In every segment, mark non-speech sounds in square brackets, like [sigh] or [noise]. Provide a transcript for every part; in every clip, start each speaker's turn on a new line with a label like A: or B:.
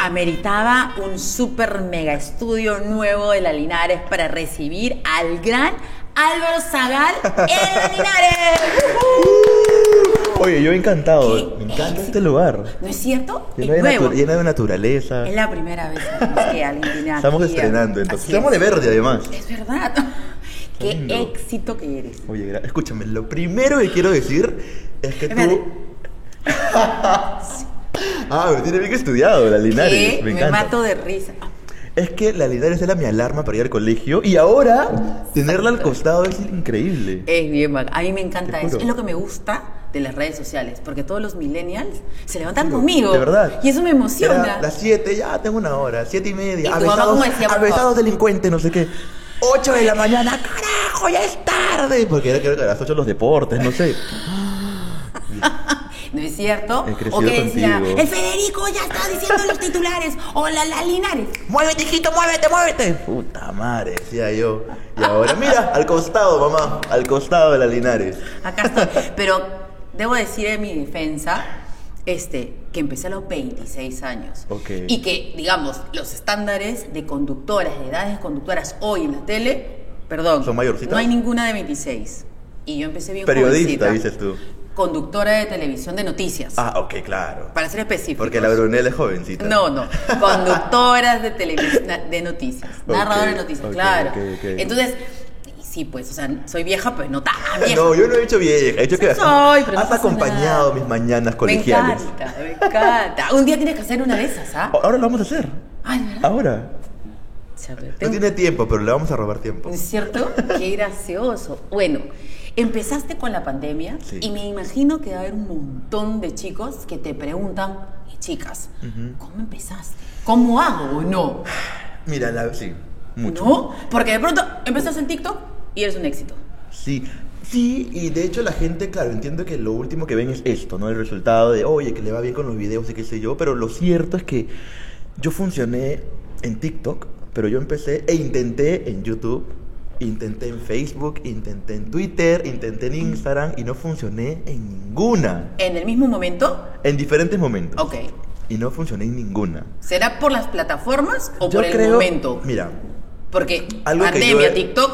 A: ameritaba un super mega estudio nuevo de la Linares para recibir al gran Álvaro Zagal en la Linares.
B: Uh. Oye, yo
A: Qué
B: encantado. Me encanta
A: éxito.
B: este lugar.
A: ¿No es cierto? Es
B: Llena de,
A: nuevo.
B: natu- llena de naturaleza.
A: Es la primera vez además, que alguien tiene
B: Estamos
A: aquí,
B: estrenando,
A: así
B: entonces.
A: es.
B: Estamos de verde, además.
A: Es verdad. Qué
B: lindo.
A: éxito que eres.
B: Oye, gra- escúchame, lo primero que quiero decir es que
A: Espérate.
B: tú. [laughs] ah, me tiene bien estudiado la Linares.
A: Que
B: Me
A: me
B: encanta.
A: mato de risa.
B: Es que la Linares era mi alarma para ir al colegio y ahora tenerla al costado es increíble.
A: Es bien bacán. A mí me encanta
B: Te
A: eso.
B: juro.
A: Es lo que me gusta de las redes sociales. Porque todos los millennials se levantan
B: juro,
A: conmigo.
B: de verdad.
A: Y eso me emociona.
B: Era las 7, ya tengo una hora, 7 y media.
A: Y tu mamá,
B: avesados,
A: ¿cómo decía, por
B: avesados
A: favor?
B: delincuentes, no sé qué. 8 de la mañana, carajo, ya es tarde. Porque era creo que a las 8 los deportes, no sé.
A: ¿No es cierto?
B: He crecido
A: o que decía,
B: contigo.
A: el Federico ya está diciendo los titulares. O la, la Linares.
B: Muévete, hijito, muévete, muévete. Puta madre, decía yo. Y ahora, mira, al costado, mamá, al costado de la Linares.
A: Acá estoy. Pero debo decir en mi defensa, este, que empecé a los 26 años.
B: Ok.
A: Y que, digamos, los estándares de conductoras, de edades conductoras hoy en la tele, perdón,
B: ¿Son mayorcitas?
A: no hay ninguna de 26. Y yo empecé bien
B: Periodista,
A: jovencita.
B: dices tú.
A: Conductora de televisión de noticias.
B: Ah, ok, claro.
A: Para ser específico.
B: Porque la Brunel es jovencita.
A: No, no. Conductoras de televisión, de noticias.
B: Ok,
A: Narradoras de noticias,
B: ok,
A: claro.
B: ok, ok.
A: Entonces, sí, pues, o sea, soy vieja, pero no tan vieja.
B: [laughs] [laughs] No, yo no he hecho vieja, he hecho que
A: Sí soy, pero no
B: has
A: pasa
B: acompañado
A: nada.
B: mis mañanas
A: me
B: colegiales.
A: encanta, me encanta. Un día tienes que hacer una de esas, ¿ah?
B: Ahora lo vamos a hacer.
A: Ay, ¿verdad?
B: Ahora.
A: Sí, a ver,
B: No
A: tengo-
B: tiene tiempo, pero le vamos a robar tiempo.
A: ¿No es cierto? Qué gracioso. Bueno, empezaste con la pandemia
B: Sí.
A: y me imagino que va a haber un montón de chicos que te preguntan, "Eh, chicas, ¿cómo empezaste? ¿Cómo hago o no?
B: Mira, la, sí, mucho.
A: ¿No? Porque de pronto empezas en TikTok y eres un éxito.
B: Sí, sí, y de hecho la gente, claro, entiendo que lo último que ven es esto, ¿no? El resultado de, oye, que le va bien con los videos y qué sé yo, pero lo cierto es que yo funcioné en TikTok, pero yo empecé e intenté en YouTube, intenté en Facebook, intenté en Twitter, intenté en Instagram y no funcioné en ninguna,
A: En el mismo momento,
B: en diferentes momentos.
A: ok.
B: Y no funcioné en ninguna.
A: ¿Será por las plataformas o
B: Yo
A: por el
B: creo-
A: momento?
B: Mira,
A: Porque
B: Algo que
A: pandemia,
B: yo he-
A: TikTok,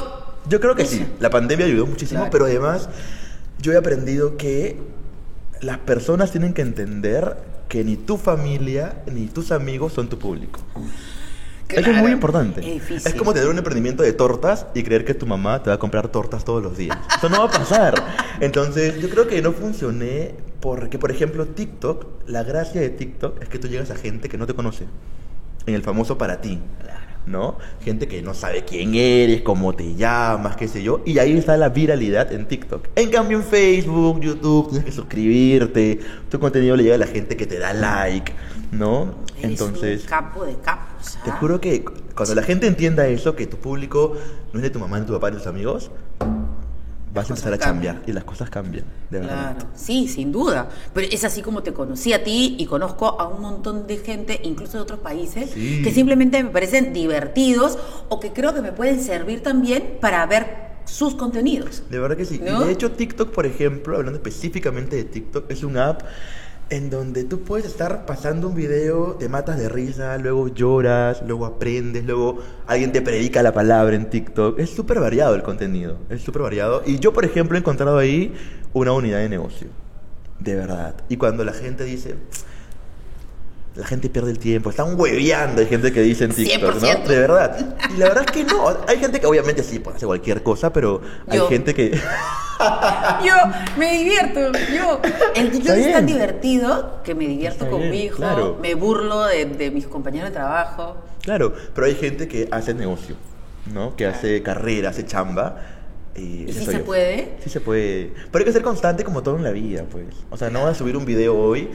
B: Yo creo que sí. La pandemia ayudó muchísimo,
A: Claro.
B: pero además yo he aprendido que las personas tienen que entender que ni tu familia ni tus amigos son tu público. Eso es
A: Claro,
B: muy importante.
A: Es difícil.
B: como tener un emprendimiento de tortas y creer que tu mamá te va a comprar tortas todos los días. Eso no va a pasar. Entonces, yo creo que no funcioné porque, por ejemplo, TikTok, la gracia de TikTok es que tú llegas a gente que no te conoce. En el famoso para ti. ¿No? Gente que no sabe quién eres, cómo te llamas, qué sé yo. Y ahí está la viralidad en TikTok. En cambio, en Facebook, YouTube, tienes que suscribirte. Tu contenido le llega a la gente que te da like, ¿no?
A: Eres
B: Entonces.
A: Un capo de capos.
B: Te
A: ¿ah?
B: juro que cu- cuando la gente entienda eso, que tu público no es de tu mamá, ni tu papá, ni tus amigos, vas a
A: cosas
B: empezar a
A: cambian.
B: cambiar y las cosas cambian, de verdad.
A: Claro, sí, sin duda. Pero es así como te conocí a ti y conozco a un montón de gente, incluso de otros países,
B: Sí.
A: que simplemente me parecen divertidos o que creo que me pueden servir también para ver sus contenidos.
B: De verdad que sí. Y
A: ¿No?
B: de hecho, TikTok, por ejemplo, hablando específicamente de TikTok, es una app en donde tú puedes estar pasando un video, te matas de risa, luego lloras, luego aprendes, luego alguien te predica la palabra en TikTok. Es súper variado el contenido, es súper variado. Y yo, por ejemplo, he encontrado ahí una unidad de negocio. De verdad. Y cuando la gente dice, La gente pierde el tiempo, están hueveando, hay gente que dice en TikTok,
A: 100%.
B: ¿no? De verdad. Y la verdad es que no, hay gente que obviamente sí pues, hace cualquier cosa, pero hay
A: Yo.
B: gente que [laughs]
A: Yo me divierto, yo. El TikTok
B: Está
A: es tan
B: bien.
A: divertido que me divierto
B: Está
A: con
B: bien,
A: mi hijo,
B: claro.
A: me burlo de, de mis compañeros de trabajo.
B: claro, pero hay gente que hace negocio, ¿no? Que hace carrera, hace chamba.
A: ¿Y
B: ¿Y, ese
A: si
B: soy
A: se
B: yo.
A: puede?
B: Sí se puede. Pero hay que ser constante como todo en la vida, pues. O sea, no vas a subir un video hoy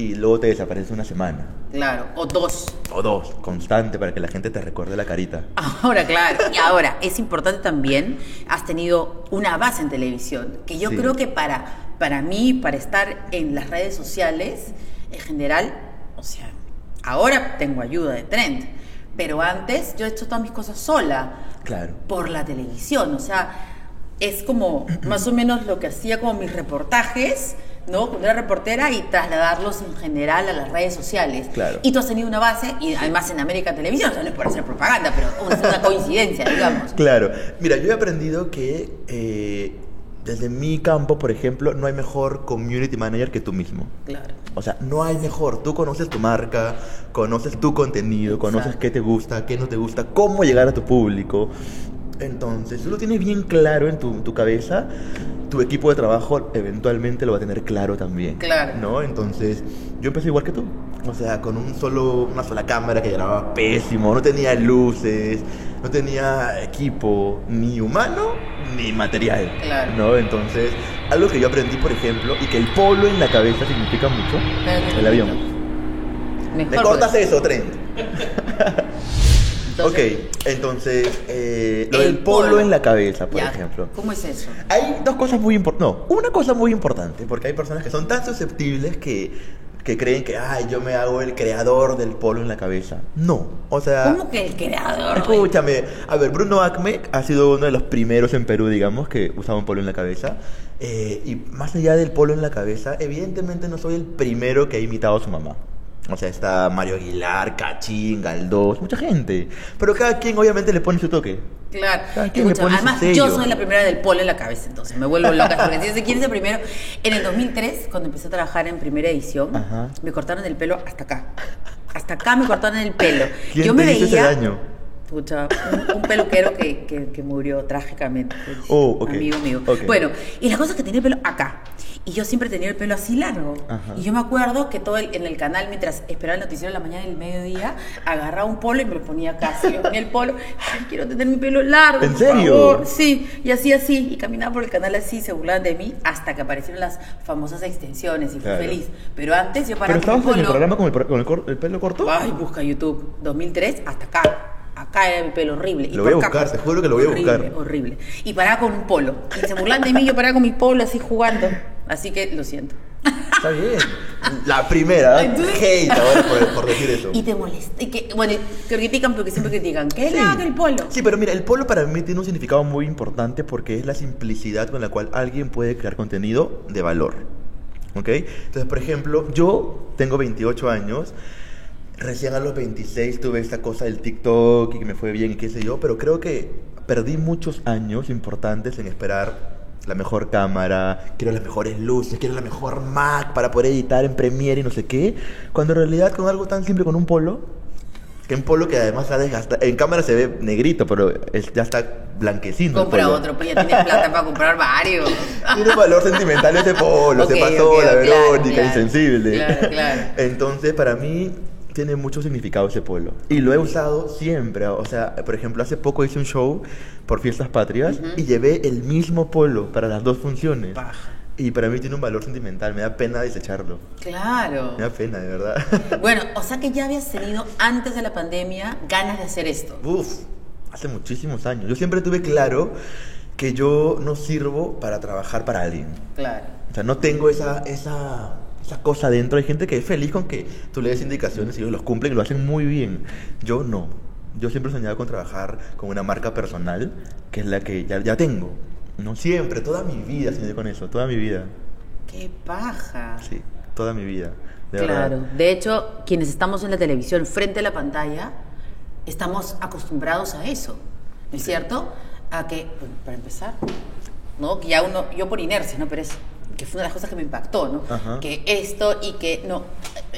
B: y luego te desaparece una semana
A: Claro, o dos.
B: o dos, constante para que la gente te recuerde la carita.
A: Ahora, claro. Y ahora, es importante también, has tenido una base en televisión, que yo
B: Sí.
A: creo que para, para mí, para estar en las redes sociales, en general, o sea, ahora tengo ayuda de Trend, pero antes yo he hecho todas mis cosas sola.
B: Claro.
A: por la televisión. O sea, es como más o menos lo que hacía como mis reportajes ¿no? Cuando era reportera y trasladarlos en general a las redes sociales.
B: Claro.
A: Y tú has tenido una base, y además en América Televisión, o sea, no es por hacer propaganda, pero es una coincidencia, digamos.
B: Claro. Mira, yo he aprendido que eh, desde mi campo, por ejemplo, no hay mejor community manager que tú mismo.
A: Claro.
B: O sea, no hay mejor. Tú conoces tu marca, conoces tu contenido, conoces
A: Exacto.
B: qué te gusta, qué no te gusta, cómo llegar a tu público. Entonces, tú lo tienes bien claro en tu, tu cabeza. Tu equipo de trabajo eventualmente lo va a tener claro también.
A: Claro.
B: ¿No? Entonces, yo empecé igual que tú. O sea, con un solo, una sola cámara que grababa pésimo, no tenía luces, no tenía equipo ni humano ni material.
A: Claro.
B: ¿No? Entonces, algo que yo aprendí, por ejemplo, y que el polo en la cabeza significa mucho, el avión.
A: Mejor,
B: Me cortas
A: pues.
B: eso, tren. Ok,
A: Entonces,
B: entonces, eh, lo
A: el
B: del polo,
A: polo.
B: en la cabeza, por
A: ya.
B: ejemplo.
A: ¿Cómo es eso?
B: Hay dos cosas muy importantes. No, una cosa muy importante, porque hay personas que son tan susceptibles que, que creen que, ay, yo me hago el creador del polo en la cabeza. No, o sea...
A: ¿Cómo que el creador?
B: Escúchame, a ver, Bruno Acme ha sido uno de los primeros en Perú, digamos, que usaba un polo en la cabeza. Eh, y más allá del polo en la cabeza, evidentemente no soy el primero que ha imitado a su mamá. O sea, está Mario Aguilar, Cachín, Galdós, mucha gente. Pero cada quien obviamente le pone su toque.
A: Claro.
B: Cada quien le
A: Escúchame,
B: pone su
A: además, yo
B: sello.
A: soy la primera del polo en la cabeza, entonces me vuelvo loca. Porque si sé quién es el primero. En el 2003, cuando empecé a trabajar en primera edición,
B: Ajá.
A: me cortaron el pelo hasta acá. Hasta acá me cortaron el pelo.
B: ¿Quién
A: yo
B: te
A: me
B: hizo ese
A: veía.
B: daño?
A: Pucha, un, un peluquero que, que- que murió trágicamente. pues,
B: Oh, ok,
A: Amigo mío.
B: ok.
A: Bueno, y la cosa es que tenía el pelo acá. Y yo siempre tenía el pelo así largo.
B: Ajá.
A: Y yo me acuerdo que todo el- en el canal, mientras esperaba el noticiero de la mañana y el mediodía, agarraba un polo y me lo ponía acá. Se me ponía el polo. Ay, quiero tener mi pelo largo.
B: ¿En
A: por
B: serio?
A: favor. Sí, y así, así. Y caminaba por el canal así, se burlaban de mí, hasta que aparecieron las famosas extensiones y fui
B: Claro.
A: feliz. Pero antes yo
B: Pero
A: paraba con mi
B: estabas en el
A: polo.
B: programa con el, pro- con el cor- el pelo corto.
A: Ay, busca YouTube. 2003 hasta acá. Acá era mi pelo horrible. Y
B: Lo voy a
A: por capas.
B: buscar, te juro que lo voy a
A: Horrible,
B: buscar.
A: Horrible. Y paraba con un polo. Y se burlan de mí, yo paraba con mi polo así jugando. Así que lo siento.
B: Está bien. La primera.
A: Entonces-
B: Ah, Hate ahora por, por decir eso.
A: Y te molesta. Y que, bueno, que critican porque siempre critican. ¿Qué es
B: Sí.
A: la que el polo?
B: Sí, pero mira, el polo para mí tiene un significado muy importante porque es la simplicidad con la cual alguien puede crear contenido de valor. ¿Ok? Entonces, por ejemplo, yo tengo 28 años. Recién a los 26 tuve esta cosa del TikTok y que me fue bien y qué sé yo, pero creo que perdí muchos años importantes en esperar la mejor cámara, quiero las mejores luces, quiero la mejor Mac para poder editar en Premiere y no sé qué, cuando en realidad con algo tan simple, con un polo, que un polo que además está desgastado. En cámara se ve negrito, pero es- ya está blanquecino. el
A: Compra
B: polo.
A: otro, pues ya tienes plata para comprar
B: [laughs]
A: varios.
B: Tiene un valor sentimental
A: [laughs]
B: ese polo,
A: Ok,
B: se pasó
A: ok,
B: la
A: claro,
B: Verónica,
A: claro.
B: insensible.
A: Claro, claro.
B: [laughs] Entonces, para mí tiene mucho significado ese polo. Y lo he usado siempre. O sea, por ejemplo, hace poco hice un show por Fiestas Patrias y llevé el mismo polo para las dos funciones.
A: Paja.
B: Y para mí tiene un valor sentimental, me da pena desecharlo.
A: Claro.
B: Me da pena, de verdad. [laughs]
A: Bueno, o sea que ya habías tenido antes de la pandemia ganas de hacer esto.
B: Uf, hace muchísimos años. Yo siempre tuve claro que yo no sirvo para trabajar para alguien.
A: Claro.
B: O sea, no tengo esa, esa, esa cosa dentro. Hay gente que es feliz con que tú le des indicaciones y ellos los cumplen y lo hacen muy bien. Yo no. Yo siempre he soñado con trabajar con una marca personal, que es la que ya, ya tengo. No siempre, toda mi vida soñé con eso, toda mi vida.
A: Qué paja.
B: Sí, toda mi vida. De
A: claro.
B: verdad.
A: De hecho, quienes estamos en la televisión frente a la pantalla, estamos acostumbrados a eso, ¿no es cierto? A que, bueno, para empezar, ¿no? Que ya uno, yo por inercia, ¿no? Pero es que fue una de las cosas que me impactó, ¿no?
B: Ajá.
A: Que esto y que, no,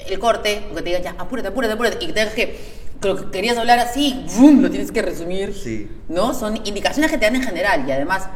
A: el corte, o que te digan ya, apúrate, apúrate, apúrate, y que tengas que, que lo que querías hablar así, ¡vum! lo tienes que resumir.
B: Sí.
A: ¿No? Son indicaciones que te dan en general y además,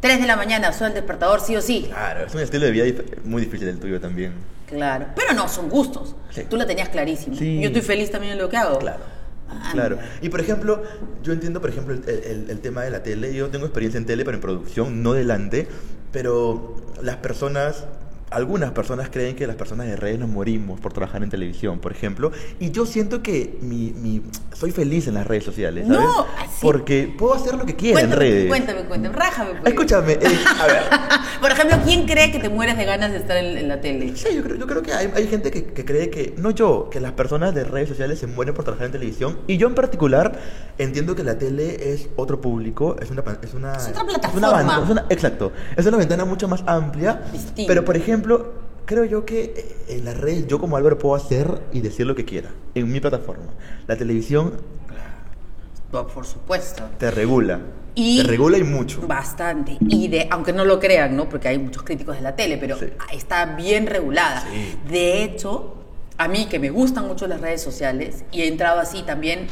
A: 3 de la mañana suena el despertador sí o sí.
B: Claro, es un estilo de vida dif- muy difícil el tuyo también.
A: Claro, pero no, son gustos.
B: Sí.
A: Tú la tenías clarísima.
B: Sí.
A: Yo estoy feliz también en lo que hago.
B: Claro.
A: Ah,
B: Claro.
A: mira.
B: Y por ejemplo, yo entiendo, por ejemplo, el, el- el tema de la tele. Yo tengo experiencia en tele, pero en producción, no delante. Pero las personas, algunas personas creen que las personas de redes nos morimos por trabajar en televisión, por ejemplo. Y yo siento que mi, mi- soy feliz en las redes sociales, ¿sabes?
A: No, así-
B: Porque puedo hacer lo que quiera en
A: Cuéntame,
B: redes.
A: cuéntame, cuéntame, rájame. pues.
B: Escúchame, eh, a ver.
A: [laughs] Por ejemplo, ¿quién cree que te mueres de ganas de estar en, en la tele?
B: Sí, yo creo, yo creo que hay, hay gente que, que cree que, no yo, que las personas de redes sociales se mueren por trabajar en televisión. Y yo en particular entiendo que la tele es otro público, es una... pan- Es, una,
A: Es otra
B: una
A: plataforma.
B: van- es una- exacto, es una ventana mucho más amplia.
A: Distinto.
B: Pero por ejemplo, creo yo que eh, en las redes yo como Álvaro puedo hacer y decir lo que quiera en mi plataforma. La televisión
A: Por- por supuesto.
B: te regula.
A: Y-
B: Te regula y mucho.
A: Bastante. Y de, aunque no lo crean, ¿no? Porque hay muchos críticos de la tele, pero
B: Sí.
A: está bien regulada.
B: Sí.
A: De hecho, a mí que me gustan mucho las redes sociales y he entrado así también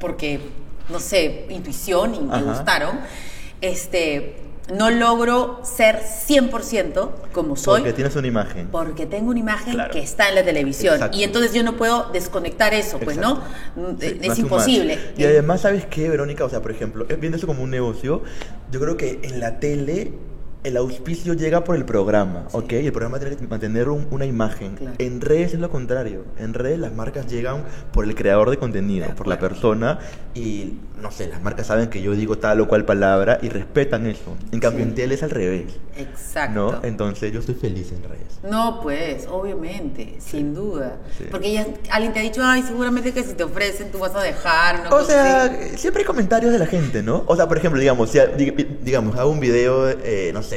A: porque, no sé, intuición y me
B: Ajá.
A: gustaron, este, no logro ser 100% como soy.
B: Porque tienes una imagen.
A: Porque tengo una imagen
B: Claro.
A: que está en la televisión
B: Exacto.
A: y entonces yo no puedo desconectar eso, pues
B: Exacto.
A: no, Mm,
B: Sí, no
A: es
B: hace un
A: imposible.
B: match. Y además, ¿sabes qué, Verónica? O sea, por ejemplo, eh, viendo eso como un negocio, yo creo que en la tele el auspicio llega por el programa,
A: Sí.
B: ¿ok? Y el programa tiene que mantener un- una imagen.
A: Claro.
B: En redes es lo contrario. En redes las marcas llegan por el creador de contenido, por la persona, y no sé, las marcas saben que yo digo tal o cual palabra y respetan eso. En cambio,
A: Sí.
B: en tele es al revés,
A: Exacto.
B: ¿no? Entonces yo estoy feliz en redes.
A: No, pues, obviamente, sin duda.
B: Sí.
A: Porque ya alguien te ha dicho, ay, seguramente que si te ofrecen tú vas a dejar. una
B: O
A: cosa
B: sea,
A: así".
B: eh, siempre hay comentarios de la gente, ¿no? O sea, por ejemplo, digamos, si ha- dig- digamos hago un video, eh, no sé,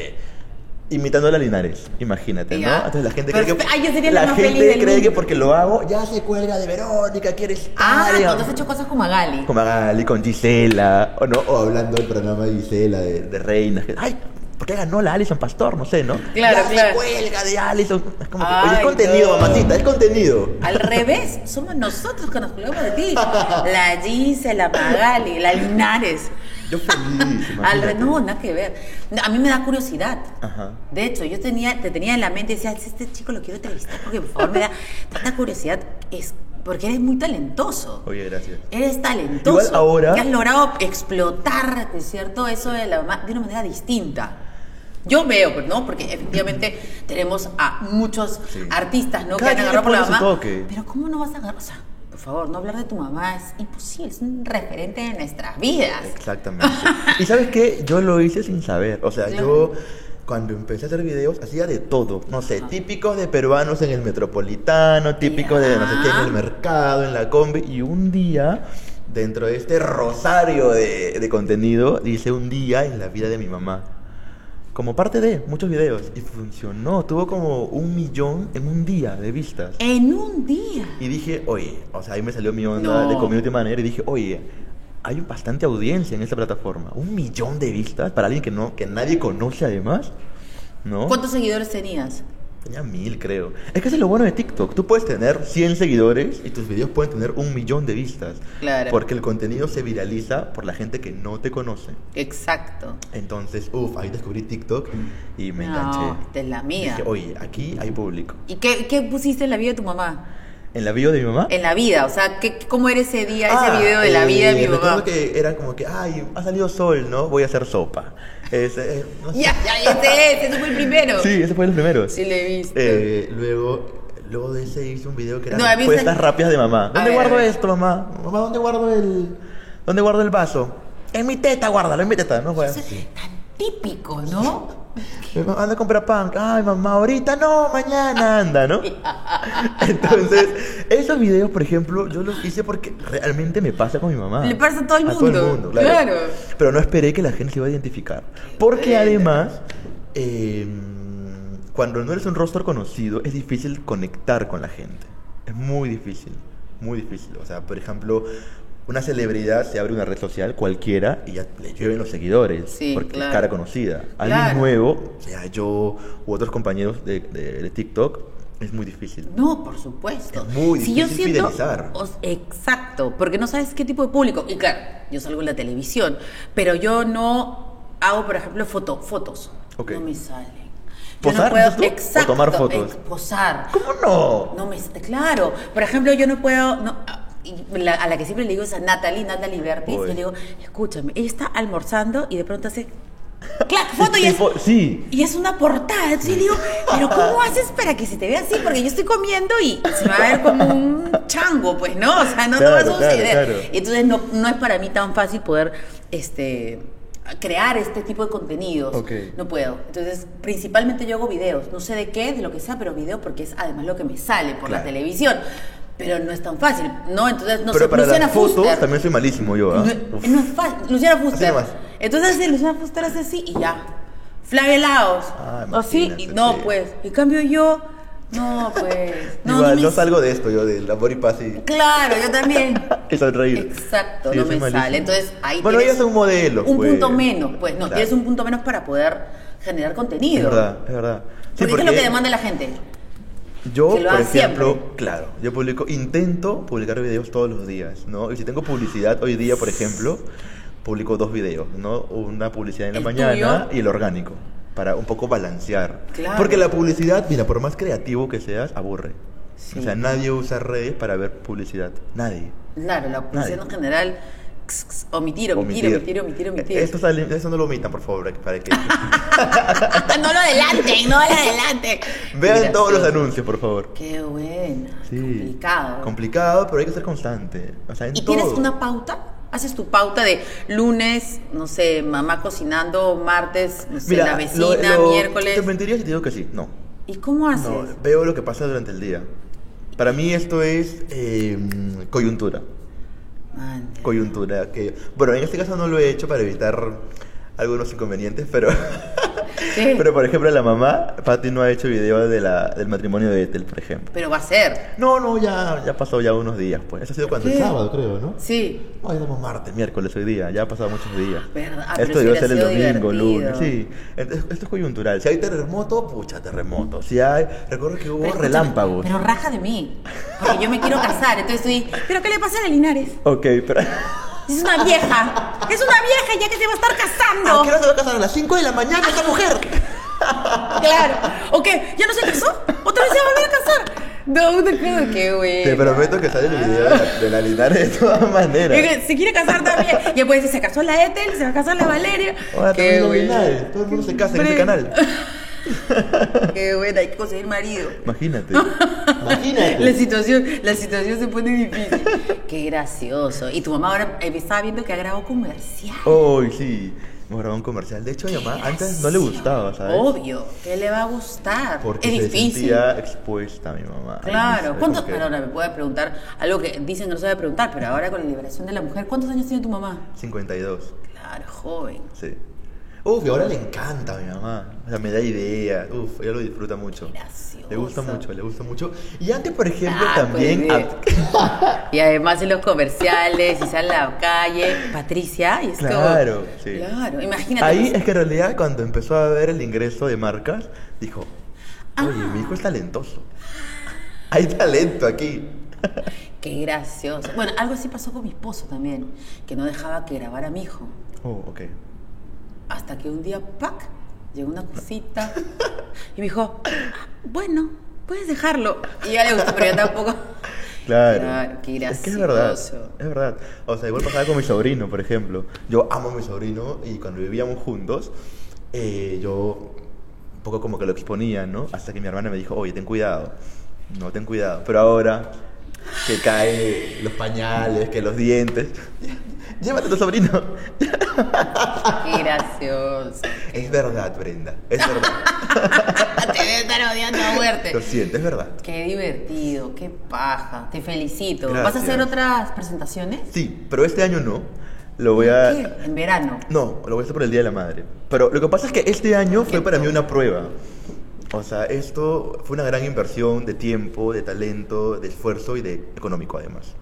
B: imitando a Linares, imagínate, ¿no?
A: Ya.
B: Entonces la gente cree
A: Pero,
B: que
A: ay, yo sería la
B: la
A: más
B: gente
A: feliz del
B: cree que
A: mundo.
B: porque lo hago ya se cuelga de Verónica, quieres
A: Ah, cuando has hecho cosas con Magali.
B: con Magali, con Gisela, o no, o hablando del programa de Gisela de, de reinas, que, ay, ¿por qué ganó la Alison Pastor? No sé, ¿no?
A: Claro,
B: ya se
A: claro.
B: cuelga de Alison, es como que, oye, es
A: Ay,
B: contenido,
A: no.
B: mamacita, es contenido.
A: Al revés, somos nosotros que nos colgamos de ti. La Gise, la Magali, la Linares.
B: Yo feliz,
A: [laughs] Al re-
B: imagínate.
A: No, nada que ver. A mí me da curiosidad.
B: Ajá.
A: De hecho, yo tenía, te tenía en la mente y decía, este chico lo quiero entrevistar porque por favor me da tanta curiosidad. Es porque eres muy talentoso.
B: Oye, gracias.
A: Eres talentoso.
B: Igual ahora-
A: Que has logrado explotar, ¿no es cierto? Eso de, la, ma- de una manera distinta. Yo veo, pero no, porque efectivamente
B: [clears throat]
A: tenemos a muchos
B: Sí.
A: artistas, ¿no?
B: Cada
A: que
B: quien
A: han
B: le
A: agarrado por la
B: pone su
A: mamá.
B: toque.
A: Pero ¿cómo no vas a agarrar? O sea, por favor, no hablar de tu mamá es imposible, es un referente de nuestras vidas.
B: Exactamente. y sabes qué, yo lo hice sin saber. O sea,
A: Claro.
B: yo cuando empecé a hacer videos hacía de todo. No sé, típicos de peruanos en el metropolitano, típicos de no sé qué en el
A: Ya.
B: mercado, en la combi. Y un día, dentro de este rosario de, de contenido, hice un día en la vida de mi mamá. Como parte de muchos videos. Y funcionó. Tuvo como un millón en un día de vistas.
A: En un día.
B: Y dije, oye, o sea, ahí me salió mi onda
A: No.
B: de community manager y dije, oye, hay bastante audiencia en esta plataforma. Un millón de vistas para alguien que no, que nadie conoce además. ¿No?
A: ¿Cuántos seguidores tenías?
B: Tenía mil, creo. Es que eso es lo bueno de TikTok. Tú puedes tener 100 seguidores y tus videos pueden tener un millón de vistas.
A: Claro.
B: Porque el contenido se viraliza por la gente que no te conoce.
A: Exacto.
B: Entonces, uff, ahí descubrí TikTok y me
A: no,
B: enganché.
A: esta es la mía.
B: Dije, oye, aquí hay público.
A: ¿Y qué, qué pusiste en la vida de tu mamá?
B: En la bio de mi mamá.
A: En la vida, o sea, ¿qué, ¿cómo era ese día,
B: Ah,
A: ese video de la vida de mi
B: eh,
A: mamá?
B: recuerdo que era como que, ay, ha salido sol, ¿no? Voy a hacer sopa. Ese, eh, no sé.
A: Ya, ya, ese es, ese fue el primero.
B: Sí, ese fue el primero.
A: Sí, le viste.
B: Eh, luego, luego de ese hice un video que era
A: No, a mí
B: respuestas
A: se-
B: rápidas de mamá. ¿Dónde
A: ver,
B: guardo
A: a ver.
B: esto, mamá? Mamá, ¿dónde guardo el, dónde guardo el vaso? En mi teta, guárdalo, en mi teta, ¿no? Bueno,
A: Eso es
B: sí.
A: tan típico, ¿no?
B: Mi mamá, Anda a comprar pan. Ay, mamá, ahorita no,
A: [laughs]
B: mañana anda, ¿no? Entonces, esos videos, por ejemplo, yo los hice porque realmente me pasa con mi mamá.
A: Le pasa a todo el mundo, claro.
B: Pero no esperé que la gente se iba a identificar. Porque
A: Bueno.
B: además, eh, cuando no eres un rostro conocido, es difícil conectar con la gente. Es muy difícil, muy difícil. O sea, por ejemplo... Una celebridad se abre una red social cualquiera y ya le llueven los seguidores
A: Sí,
B: porque es
A: claro.
B: cara conocida. Alguien
A: Claro.
B: nuevo, o sea, yo u otros compañeros de, de- de TikTok, es muy difícil.
A: No, por supuesto.
B: Es muy
A: si yo
B: difícil
A: siento,
B: fidelizar.
A: os- exacto, porque no sabes qué tipo de público. Y claro, yo salgo en la televisión, pero yo no hago, por ejemplo, foto, fotos.
B: Ok.
A: No me salen. Yo
B: ¿Posar,
A: no puedo,
B: dices tú? ¿O
A: exacto,
B: tomar fotos?
A: eh, posar.
B: ¿Cómo no?
A: No me claro. Por ejemplo, yo no puedo. no- y la- a la que siempre le digo es a Natalie, Natalie Bertis. Yo
B: Uy.
A: le digo, escúchame, ella está almorzando y de pronto hace. ¡Clac! Foto y
B: Sí,
A: es.
B: po- sí.
A: Y es una portada. Entonces yo digo, ¿pero cómo haces para que se te vea así? Porque yo estoy comiendo y se me va a ver como un chango, pues, ¿no? O sea, no, no va a
B: Claro, claro,
A: suceder.
B: claro.
A: Entonces no, no es para mí tan fácil poder este, crear este tipo de contenidos.
B: Ok.
A: No puedo. Entonces, principalmente yo hago videos. No sé de qué, de lo que sea, pero video porque es además lo que me sale por la
B: Claro.
A: televisión. Pero no es tan fácil, ¿no? Entonces, no
B: Pero
A: sé,
B: para
A: Luciana
B: las fotos
A: Fuster.
B: también soy malísimo yo,
A: No, eh,
B: ¿ah? Uf.
A: no es fácil. Luciana Fuster.
B: nomás.
A: Entonces, sí, Luciana Fuster hace así y ya. Flavia Laos.
B: Ah,
A: así y
B: imagínate,
A: no,
B: sí.
A: pues. En cambio, yo. No,
B: [laughs]
A: pues. No,
B: Igual,
A: me-
B: ah, no salgo de esto yo, del amor y paz y,
A: Claro, yo también.
B: y sonreír.
A: Exacto,
B: [laughs] Sí,
A: no
B: soy
A: me
B: malísimo.
A: sale. Entonces, ahí
B: Bueno,
A: tienes
B: ella es un modelo,
A: Un
B: pues.
A: punto menos, pues. No,
B: Claro.
A: tienes un punto menos para poder generar
B: Es
A: contenido.
B: verdad, es verdad. Sí,
A: porque, es lo que demanda la gente.
B: Yo,
A: Que lo
B: por
A: haga
B: ejemplo,
A: siempre.
B: claro, yo publico, intento publicar videos todos los días, ¿no? Y si tengo publicidad hoy día, por ejemplo, publico dos videos, ¿no? Una publicidad en la
A: ¿El
B: mañana
A: tuyo?
B: y el orgánico, para un poco balancear.
A: Claro.
B: Porque la publicidad, mira, por más creativo que seas, aburre.
A: Sí.
B: O sea, nadie usa redes para ver publicidad, nadie.
A: Claro, la publicidad en general. x, x, Omitir, omitir, omitir, omitir, omitir. [laughs]
B: Esto sale- eso no lo omitan, por favor, para que
A: Ah, no lo adelanten, no lo adelanten.
B: vean
A: Mira,
B: todos
A: sí.
B: los anuncios, por favor.
A: Qué buena.
B: Sí.
A: Complicado.
B: Complicado, pero hay que ser constante. O sea, en
A: ¿Y tienes
B: todo.
A: una pauta? ¿Haces tu pauta de lunes, no sé, mamá cocinando, martes, no sé, la
B: lo-
A: vecina,
B: lo-
A: miércoles?
B: Te mentiría si te digo que sí. No.
A: ¿Y cómo haces?
B: No, veo lo que pasa durante el día. Para mí esto es eh, coyuntura.
A: Man, ya.
B: Coyuntura. Que, bueno, en este caso no lo he hecho para evitar algunos inconvenientes,
A: [laughs]
B: pero, [laughs]
A: ¿Qué?
B: pero por ejemplo la mamá, Patty no ha hecho video de la, del matrimonio de Ethel, por ejemplo.
A: Pero va a ser.
B: No, no, ya, ya pasó ya unos días, pues. Eso ha sido cuando
A: ¿Qué?
B: el sábado, creo, ¿no?
A: Sí.
B: Hoy estamos martes, miércoles, hoy día, ya ha pasado muchos días.
A: Verdad, ah, pero eso
B: esto debió
A: hubiera
B: ser el
A: sido
B: domingo, lunes,
A: divertido.
B: sí. Entonces, esto es coyuntural. Si hay terremoto, pucha, terremoto. Si hay, recuerdo que hubo
A: Pero escúchame,
B: relámpagos.
A: Pero raja de mí. Porque yo me quiero casar. Entonces estoy. ¿Pero qué le pasa a Linares?
B: Ok, pero...
A: Es una vieja. Es una vieja ya que se va a estar casando.
B: ¿A qué hora se va a casar? ¿A las 5 de la mañana esta mujer? Ah,
A: Claro. ¿O qué? ¿Ya no se casó? ¿Otra vez se va a volver a casar? No, una cosa que güey.
B: Te prometo que sale el video de la, de la Linares de todas maneras.
A: Y que Se quiere casar
B: [laughs]
A: también. Y después se casó la Ethel, se va a casar la Valeria.
B: Ahora
A: qué
B: también la
A: buena.
B: Linares. Todo el mundo se casa en
A: Bre-
B: este canal.
A: Qué buena, hay que conseguir marido.
B: Imagínate.
A: La situación, la situación se pone difícil. Qué gracioso. Y tu mamá ahora eh, estaba viendo que ha grabado comercial.
B: Hoy sí. Hemos grabado un comercial. De hecho, a mi mamá antes no le gustaba,
A: Oh,
B: ¿sabes?
A: Obvio, ¿qué le va a gustar?
B: Porque
A: es
B: se
A: difícil.
B: sentía expuesta a mi mamá.
A: Claro, ¿cuántos?
B: ¿cuánto?
A: Pero ahora me puede preguntar algo que dicen que no se debe preguntar, pero ahora con la liberación de la mujer, ¿cuántos años tiene tu mamá?
B: 52,
A: Claro, joven.
B: sí. Uf, y ahora le encanta a mi mamá. O sea, me da idea. Uf, ella lo disfruta mucho.
A: Gracioso.
B: Le gusta mucho, le gusta mucho. Y antes, por ejemplo,
A: Ah,
B: también.
A: pues,
B: a-
A: Y además en los comerciales, y sale a la calle, Patricia, y es como-
B: Claro, sí.
A: Claro, imagínate.
B: Ahí
A: pues,
B: es que en realidad, cuando empezó a ver el ingreso de marcas, dijo: Oye,
A: Ah.
B: mi hijo es talentoso. Hay talento aquí.
A: Qué gracioso. Bueno, algo así pasó con mi esposo también, que no dejaba que grabara a mi hijo.
B: Oh, ok.
A: Hasta que un día, ¡pac! Llegó una cosita y me dijo, "Ah, bueno, puedes dejarlo. Y ya le gustó, pero yo tampoco.
B: Claro.
A: Ah, Qué
B: Es
A: gracioso.
B: que es verdad. Es verdad. O sea, igual pasaba con mi sobrino, por ejemplo. Yo amo a mi sobrino y cuando vivíamos juntos, eh, yo un poco como que lo exponía, ¿no? Hasta que mi hermana me dijo, oye, ten cuidado. No, ten cuidado. Pero ahora que caen los pañales, que los dientes. [laughs] Llévate a tu sobrino.
A: Qué gracioso.
B: Es verdad, Brenda. Es
A: [laughs]
B: verdad.
A: Ah, Te debe estar odiando a muerte.
B: Lo siento, es verdad.
A: Qué divertido, qué paja. Te felicito. ¿Vas
B: Gracias.
A: a hacer otras presentaciones?
B: Sí, pero este año no. Lo voy a...
A: ¿Qué? En verano.
B: No, lo voy a hacer por el Día de la Madre. Pero lo que pasa es que este año fue para mí una prueba. O sea, esto fue una gran inversión de tiempo, de talento, de esfuerzo y de económico además.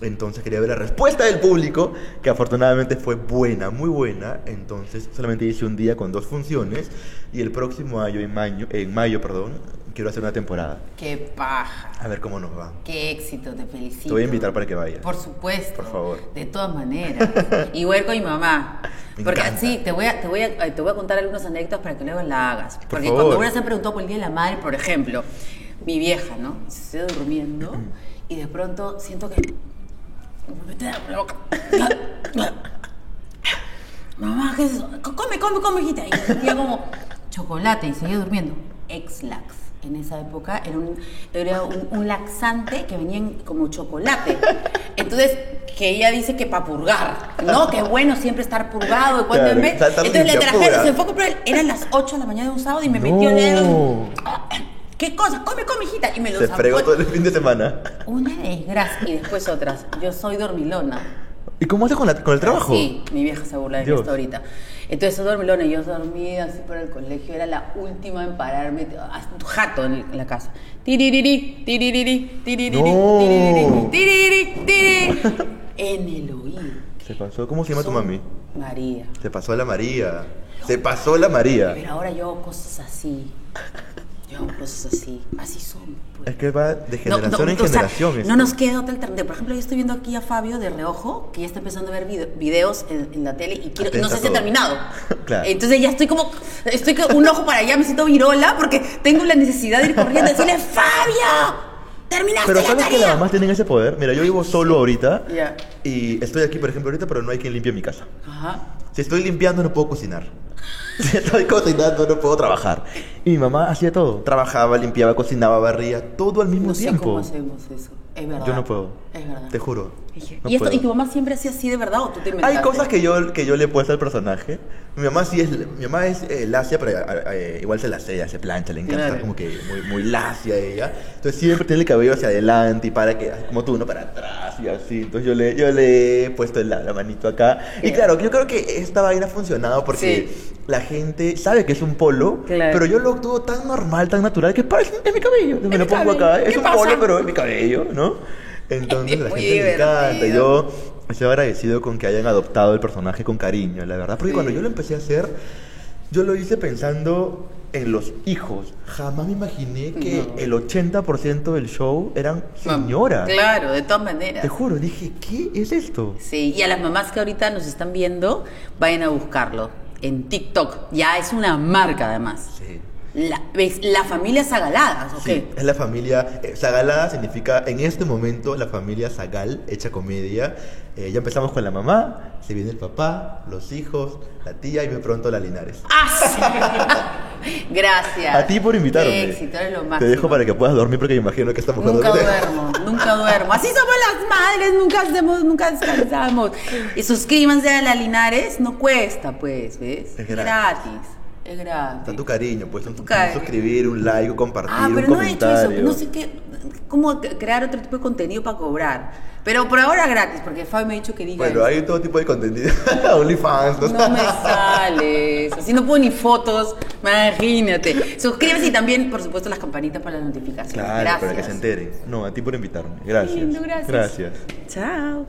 B: Entonces quería ver la respuesta del público, que afortunadamente fue buena, muy buena. Entonces solamente hice un día con dos funciones y el próximo año, en mayo, en mayo perdón, quiero hacer una temporada.
A: Qué paja.
B: A ver cómo nos va.
A: Qué éxito, te felicito.
B: Te voy a invitar para que vayas.
A: Por supuesto.
B: Por favor.
A: De todas maneras. Y voy a ir con mi mamá.
B: [laughs] Me
A: Porque
B: encanta.
A: sí, te voy, a, te, voy a, te voy a contar algunas anécdotas para que luego la hagas. Porque
B: favor.
A: cuando una se preguntó por el Día de la Madre, por ejemplo, mi vieja, ¿no? Se está
B: [clears throat]
A: durmiendo y de pronto siento que... Me mete la
B: [laughs]
A: boca. Mamá, ¿qué es eso? Come, come, come, hijita. Y yo sentía como chocolate y seguía durmiendo. Ex-lax. en esa época era un, era un, un laxante que venía en- como chocolate. Entonces, que ella dice que para purgar, ¿no? Que es bueno siempre estar purgado. Y cuando
B: Claro,
A: en vez-
B: saltar
A: entonces le
B: limpia,
A: trajeron,
B: pura.
A: se fue a comprar, eran las 8 de la mañana de un sábado y me
B: No.
A: metió el dedo. ¿Qué cosa? Come, come, hijita. Y me lo
B: Se fregó
A: zampó.
B: todo el fin de semana.
A: Una desgracia y después otras. Yo soy dormilona.
B: ¿Y cómo haces con, la- con el trabajo?
A: Sí, mi vieja se burla de mí
B: Dios.
A: hasta ahorita. Entonces, yo dormilona, y yo dormida así por el colegio, era la última en pararme, hasta un jato en, el- en la casa. Tiririri, tiririri, tiririri,
B: No.
A: tiririri, tiririri, tiririri, en el oído.
B: Se pasó. ¿Cómo se llama tu
A: Son
B: mami?
A: María.
B: Se pasó la María. Se pasó la María.
A: Pero ahora yo hago cosas así. Yo hago cosas así. Así son. pues.
B: Es que va de
A: No,
B: generación en
A: o sea,
B: generación. este. esto.
A: no nos queda otra alternativa. Por ejemplo, yo estoy viendo aquí a Fabio de reojo, que ya está empezando a ver vide- videos en, en la tele y quiero-
B: Atento
A: no sé
B: a
A: si ha
B: todo.
A: terminado.
B: [laughs] Claro.
A: Entonces ya estoy como, estoy con un ojo para allá, me siento virola porque tengo la necesidad de ir corriendo y decirle, ¡Fabio! ¡Terminaste
B: Pero
A: la
B: ¿sabes que
A: tarea!".
B: las mamás tienen ese poder? Mira, yo vivo solo ahorita.
A: Ya.
B: Y estoy aquí, por ejemplo, ahorita, pero no hay quien limpie mi casa.
A: Ajá.
B: Si estoy limpiando, no puedo cocinar. [laughs] Si estoy cocinando, no puedo trabajar. Y mi mamá hacía todo. Trabajaba, limpiaba, cocinaba, barría, todo al mismo
A: No sé cómo
B: tiempo.
A: hacemos eso. Es verdad.
B: yo no puedo.
A: Es verdad.
B: Te juro.
A: Dije,
B: no
A: ¿Y, esto,
B: puedo.
A: ¿Y tu mamá siempre hacía así de verdad o tú te inventaste?
B: Hay cosas que yo, que yo le he puesto al personaje. Mi mamá sí es, mi mamá es eh, lacia, pero eh, eh, igual se lasea, se plancha, le encanta
A: Claro.
B: estar como que muy, muy lacia ella. Entonces siempre tiene el cabello hacia adelante y para que, como tú, no para atrás y así. Entonces yo le, yo le he puesto la, la manito acá. Y
A: Ya.
B: claro, yo creo que esta vaina ha funcionado porque la gente sabe que es un polo,
A: Claro.
B: pero yo lo actúo tan normal, tan natural, que parece, es mi cabello. Me lo
A: mi
B: pongo
A: cabello.
B: acá, es
A: ¿Qué
B: un
A: pasa?
B: polo, pero es mi cabello, ¿no? Entonces la
A: Muy
B: gente le encanta.
A: divertido.
B: Yo Estoy agradecido con que hayan adoptado el personaje con cariño, la verdad. Porque
A: Sí.
B: cuando yo lo empecé a hacer, yo lo hice pensando en los hijos. Jamás me imaginé que
A: No.
B: el 80% del show eran
A: Mam-
B: señoras.
A: Claro, de todas maneras.
B: Te juro, dije, ¿qué es esto?
A: Sí, y a las mamás que ahorita nos están viendo, vayan a buscarlo en TikTok. Ya es una marca además.
B: Sí.
A: La, ¿Ves? La familia Zagaladas, ¿ok?
B: Sí, es la familia. eh, Zagalada significa en este momento la familia Zagal, hecha comedia. Eh, ya empezamos con la mamá, se viene el papá, los hijos, la tía y muy pronto la Linares.
A: ¡Ah, sí! [laughs] Gracias.
B: A ti por invitarme.
A: Qué éxito, eres lo máximo.
B: Te dejo para que puedas dormir porque me imagino que esta mujer
A: Nunca
B: duerme.
A: duermo, nunca duermo. Así somos las madres, nunca hacemos, nunca descansamos. Y suscríbanse a la Linares, no cuesta, pues, ¿ves?
B: Es gratis.
A: Es gratis.
B: [laughs] Tanto cariño, pues un, un
A: cari-
B: suscribir, un like, un compartir,
A: Ah, pero
B: un
A: no he hecho eso.
B: comentario.
A: No sé qué. ¿Cómo c- crear otro tipo de contenido para cobrar? Pero por ahora gratis, porque Fabio me ha dicho que diga.
B: Bueno,
A: eso.
B: hay todo tipo de contenido. [laughs] OnlyFans, no,
A: No me sales. Así no puedo ni fotos. Imagínate. Suscríbete y también, por supuesto, las campanitas para las notificaciones.
B: [laughs] Claro,
A: gracias.
B: para que se enteren. No, a ti por invitarme. Gracias.
A: Lindo, gracias.
B: Gracias.
A: Chao.